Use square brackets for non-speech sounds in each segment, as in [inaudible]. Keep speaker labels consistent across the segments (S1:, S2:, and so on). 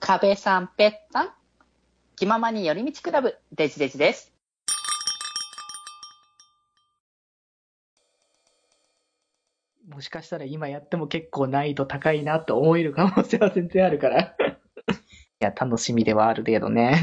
S1: 壁さん、ぺったん。気ままに寄り道クラブ、デジデジです。
S2: もしかしたら今やっても結構難易度高いなと思える可能性は全然ある [laughs] から。いや、楽しみではある程度ね。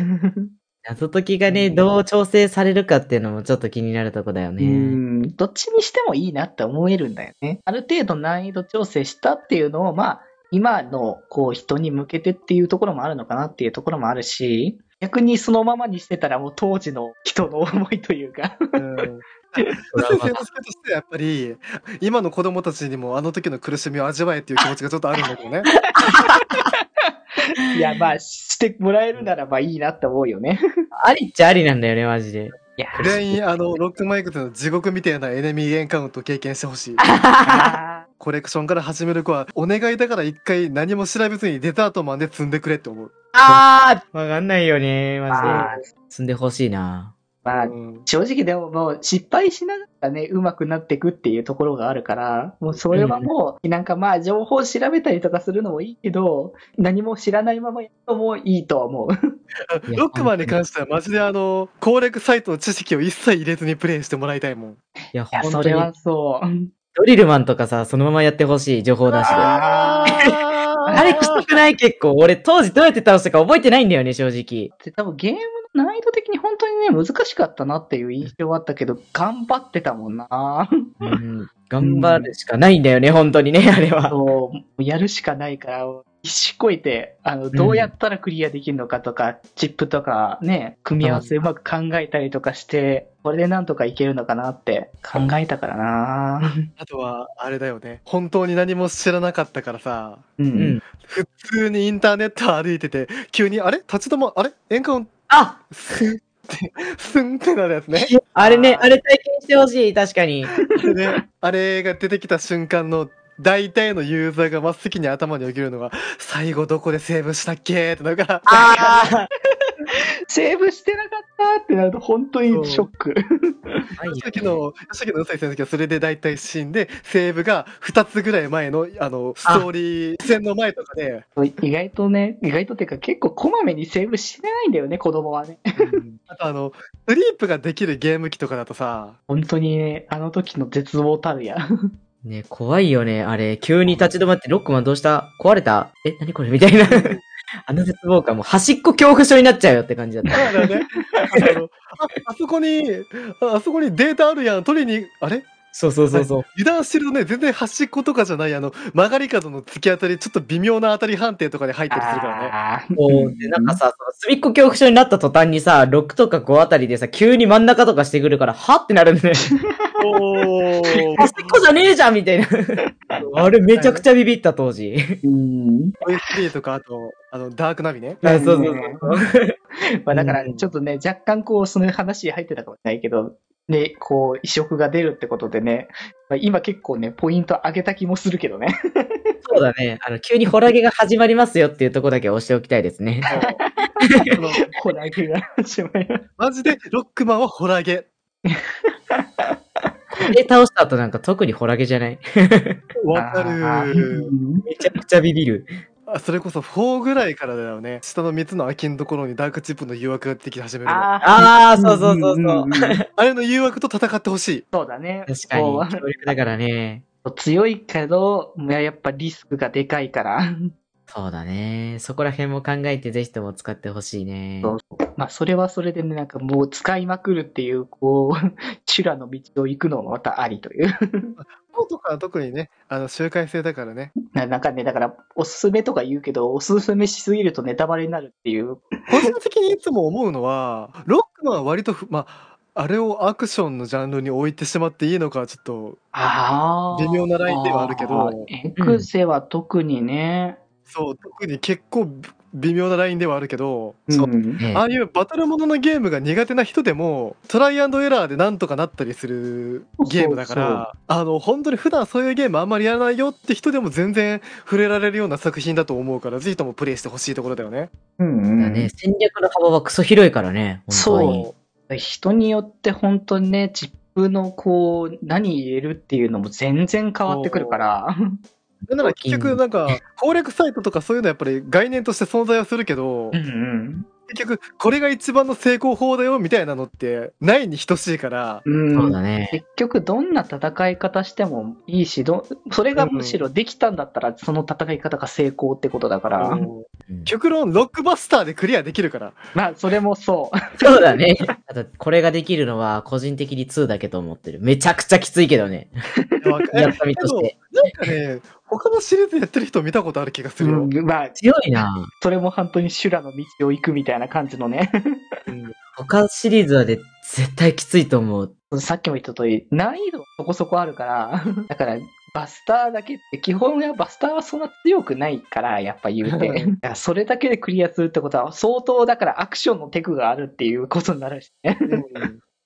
S3: 謎解きがね、
S2: うん
S3: どう調整されるかっていうのもちょっと気になるとこだよ
S2: う
S3: ね。
S2: ん、どっちにしてもいいなって思えるんだよね。ある程度難易度調整したっていうのを、まあ、今のこう人に向けてっていうところもあるのかなっていうところもあるし、逆にそのままにしてたらもう当時の人の思いというか、
S3: [laughs] ドラ
S4: 先
S3: マ
S4: 生としてはやっぱり、今の子供たちにもあの時の苦しみを味わえっていう気持ちがちょっとあるんだけ
S3: [laughs]
S4: どね。
S2: [laughs] いや、まあ、 [laughs] してもらえるならばいいなって思うよね。
S3: ありっちゃありなんだよね、マジで。
S2: [laughs] いや、 [laughs]
S4: 全員、あの、ロックマイクでの地獄みたいなエネミーエンカウントを経験してほしい。コレクションから始める子は、お願いだから一回何も調べずに出た後まで積んでくれって思う。
S3: あーわかんないよね、マ
S2: あ
S3: ジで。積んでほしいな。
S2: まあ
S4: う、ん
S2: 正直でももう失敗しながらね、うまくなっていくっていうところがあるから、もうそれはもう、なんかまあ情報を調べたりとかするのもいいけど、何も知らないままやるのもいいとは思う。
S4: ロックマンに関してはマジであの、攻略サイトの知識を一切入れずにプレイしてもらいたいもん。
S3: いや、
S2: いや、
S3: 本
S2: そ
S3: 当
S2: れ
S3: に。
S2: はそう。
S3: ドリルマンとかさ、そのままやってほしい、情報なしで。あ
S1: [laughs]
S3: れきつくない結構。俺当時どうやって倒したか覚えてないんだよね、正直。
S2: で多分ゲームの難易度的に本当にね、難しかったなっていう印象はあったけど、頑張ってたもんな。
S3: うん、頑張るしかないんだよね、本当にね、あれ
S2: [laughs]
S3: は。
S2: そう、やるしかないから、必死こいて、あの、どうやったらクリアできるのかとか、チップとかね、組み合わせうまく考えたりとかして、これでなんとかいけるのかなって考えたからな
S4: あとは、あれだよね。本当に何も知らなかったからさ、
S2: うん。
S3: うん。
S4: 普通にインターネット歩いてて、急に、あれ立ち止ま、あれエンカウント、
S3: あ
S4: スンって、スンってなるやつね。
S3: あれね、あれ体験してほしい、確かに。
S4: あれ [laughs] ねあれが出てきた瞬間の、大体のユーザーが真っ先に頭に起きるのが、最後どこでセーブしたっけってなんか、
S3: ああ
S2: セーブしてなかったってなると、本当にショック。
S4: さっきの、さっきのうさい先生がそれで大体死んで、セーブが2つぐらい前の、あの、ストーリー戦の前とかで、
S2: 意外とね、意外とっていうか結構こまめにセーブしてないんだよね、子供はね。
S4: あとあの、スリープができるゲーム機とかだとさ、
S2: 本当にね、あの時の絶望たるや。
S3: ね、怖いよね、あれ。急に立ち止まって、ロックマンどうした壊れたえ、何これみたい [laughs] な。あの絶望感も端っこ恐怖症になっちゃうよって感じだった。
S4: そうだね。あのああそこに、ああそこにデータあるやん、取りに、あれ
S3: そうそうそうそう。
S4: 油断してるとね、全然端っことかじゃない、あの、曲がり角の突き当たり、ちょっと微妙な当たり判定とかで入ったりするからね。
S2: [laughs] あー
S3: [laughs] こうで、なんかさ、その隅っこ恐怖症になった途端にさ、6とか5あたりでさ、急に真ん中とかしてくるから、はってなるん [laughs] だよね。
S4: おー
S3: 端っこじゃねえじゃんみたいな。あれめちゃくちゃビビった当時。
S2: うん。
S4: V3 とか、あと、あの、ダークナビね。
S3: あ [laughs] そうそうそう
S2: ね [laughs] まあだから、
S3: うん
S2: ちょっとね、若干こう、その話入ってたかもしれないけど、ね、こう、移植が出るってことでね、まあ、今結構ね、ポイント上げた気もするけどね。
S3: そうだね。あの、急にホラゲが始まりますよっていうとこだけ押しておきたいですね。
S4: あの
S2: これ上げが始まりま
S4: マジで、ロックマンはホラゲ。
S3: で、倒した後なんか特にホラゲじゃない
S4: わか
S2: あ
S4: る
S2: ー。うん
S3: めちゃくちゃビビる。
S4: あそれこそ4ぐらいからだよね。下の3つの空きのところにダークチップの誘惑が出てき始めるのあ
S2: あー
S3: ああ、そうそうそう
S2: うん
S3: そ
S2: んん
S3: う。
S2: ん
S4: れの誘惑と戦ってほしい。
S2: そうだね。
S3: 確か
S2: こ
S3: に、強力だからね。
S2: う強いけど、いややっぱリスクがでかいから。
S3: そうだね。そこら辺も考えてぜひとも使ってほしいね。
S2: そうまあ、それはそれでね、なんかもう使いまくるっていう、こう、修羅の道を行くのもまたありという。
S4: 4とかは特にね、あの周回制だからね。
S2: ななんかね、だから、おすすめとか言うけど、おすすめしすぎるとネタバレになるっていう。
S4: 個人的にいつも思うのは、ロックマンは割とふ、まあ、あれをアクションのジャンルに置いてしまっていいのかはちょっと
S2: あ
S4: 微妙なラインではあるけど、
S2: エクゼは特にね、
S4: そう、特に結構微妙なラインではあるけど、そ
S2: う
S4: う
S2: ん
S3: ね
S4: ああいうバトルもののゲームが苦手な人でもトライアンドエラーでなんとかなったりするゲームだから
S2: そうそう
S4: あの本当に普段そういうゲームあんまりやらないよって人でも全然触れられるような作品だと思うからぜひともプレイしてほしいところだよね。
S2: うんう
S3: だ
S2: ん
S3: ね、戦略の幅はクソ広いからね。本当に
S2: そ人によって本当にね、チップのこう、何入れるっていうのも全然変わってくるから、
S4: なんなら結局なんか攻略サイトとかそういうのはやっぱり概念として存在はするけど、
S2: うんうん。
S4: 結局これが一番の成功法だよみたいなのってないに等しいから、
S2: うん、
S3: そうだね。
S2: 結局どんな戦い方してもいいしどそれがむしろできたんだったらその戦い方が成功ってことだから、
S4: あの極論ロックバスターでクリアできるから
S2: まあそれもそう
S3: そうだね。あと、これができるのは、個人的に2だけと思ってる。めちゃくちゃきついけどね。
S4: わか
S3: やった身として。
S4: なんかね他のシリーズやってる人見たことある気がするよ、
S2: うんまあ
S3: 強いな
S2: それも本当に修羅の道を行くみたいな感じのね
S3: 他シリーズはで、絶対きついと思う。
S2: [laughs] さっきも言った通り難易度そこそこある [laughs] からだからバスターだけって基本はバスターはそんな強くないからやっぱ言うていやそれだけでクリアするってことは相当だからアクションのテクがあるっていうことになるしね
S4: うん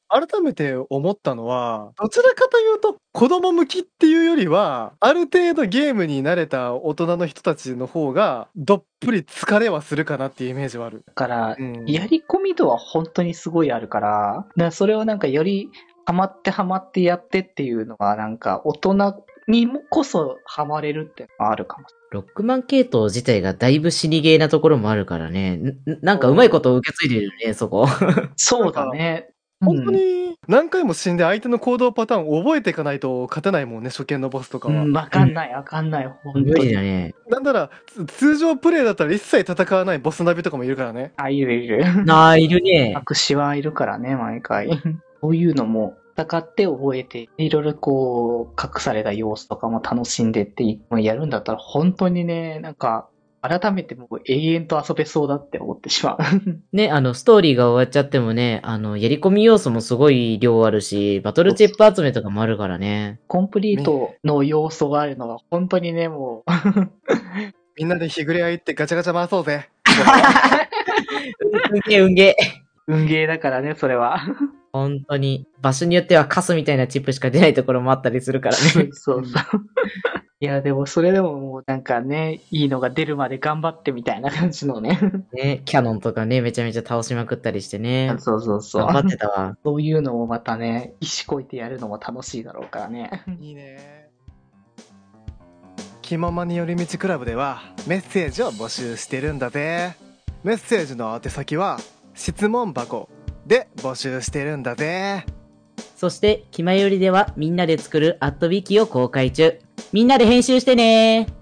S4: 改めて思ったのはどちらかというと子供向きっていうよりはある程度ゲームに慣れた大人の人たちの方がどっぷり疲れはするかなっていうイメージはあ
S2: [laughs]
S4: る、
S2: だから
S4: うん
S2: やり込み度は本当にすごいあるから、だからそれをなんかよりハマってハマってやってっていうのはなんか大人にもこそハマれるっていうのはあるかもし
S3: ロックマン系統自体がだいぶ死にゲーなところもあるからね。んなんかうまいこと受け継いでるね、
S2: [laughs]
S3: そこ。
S2: れない。そうだね。
S4: 本当に何回も死んで相手の行動パターンを覚えていかないと勝てないもんね初見のボスとか
S2: う
S4: は、
S2: ん、わかんないわかんない、本
S3: 無
S2: 当
S3: 理
S2: に。
S3: だね。
S4: なんならつ通常プレイだったら一切戦わないボスナビとかもいるからね
S2: あ、いるいる。
S3: なあ、いるね。
S2: 作詞はいるからね、毎回。そういうのも戦って覚えて、いろいろこう、隠された様子とかも楽しんでってやるんだったら本当にね、なんか、改めてもう永遠と遊べそうだって思ってし [laughs] まう。
S3: ね、あの、ストーリーが終わっちゃってもね、あの、やり込み要素もすごい量あるし、バトルチップ集めとかもあるからね。
S2: コンプリートの要素があるのは本当にね、も [laughs] う、
S4: みんなで日暮れ合いってガチャガチャ回そうぜ
S3: うんげうんげ。
S2: 運ゲーだからね、それは。
S3: 本当に。場所によってはカスみたいなチップしか出ないところもあったりするから
S2: そ
S3: ね
S2: う。そう。 [laughs] いや、でもそれでももうなんかね、いいのが出るまで頑張ってみたいな感じのね。
S3: ね、キャノンとかね、めちゃめちゃ倒しまくったりしてね。
S2: そうそうそ
S3: 頑張
S2: う。
S3: ってたわ。
S2: そういうのもまたね、意思こいてやるのも楽しいだろうからね。
S4: いいね。気ままに寄り道クラブではメッセージを募集してるんだぜ。メッセージの宛先は質問箱で募集してるんだぜ。
S3: そして、気まよりではみんなで作るアットビキを公開中。みんなで編集してねー。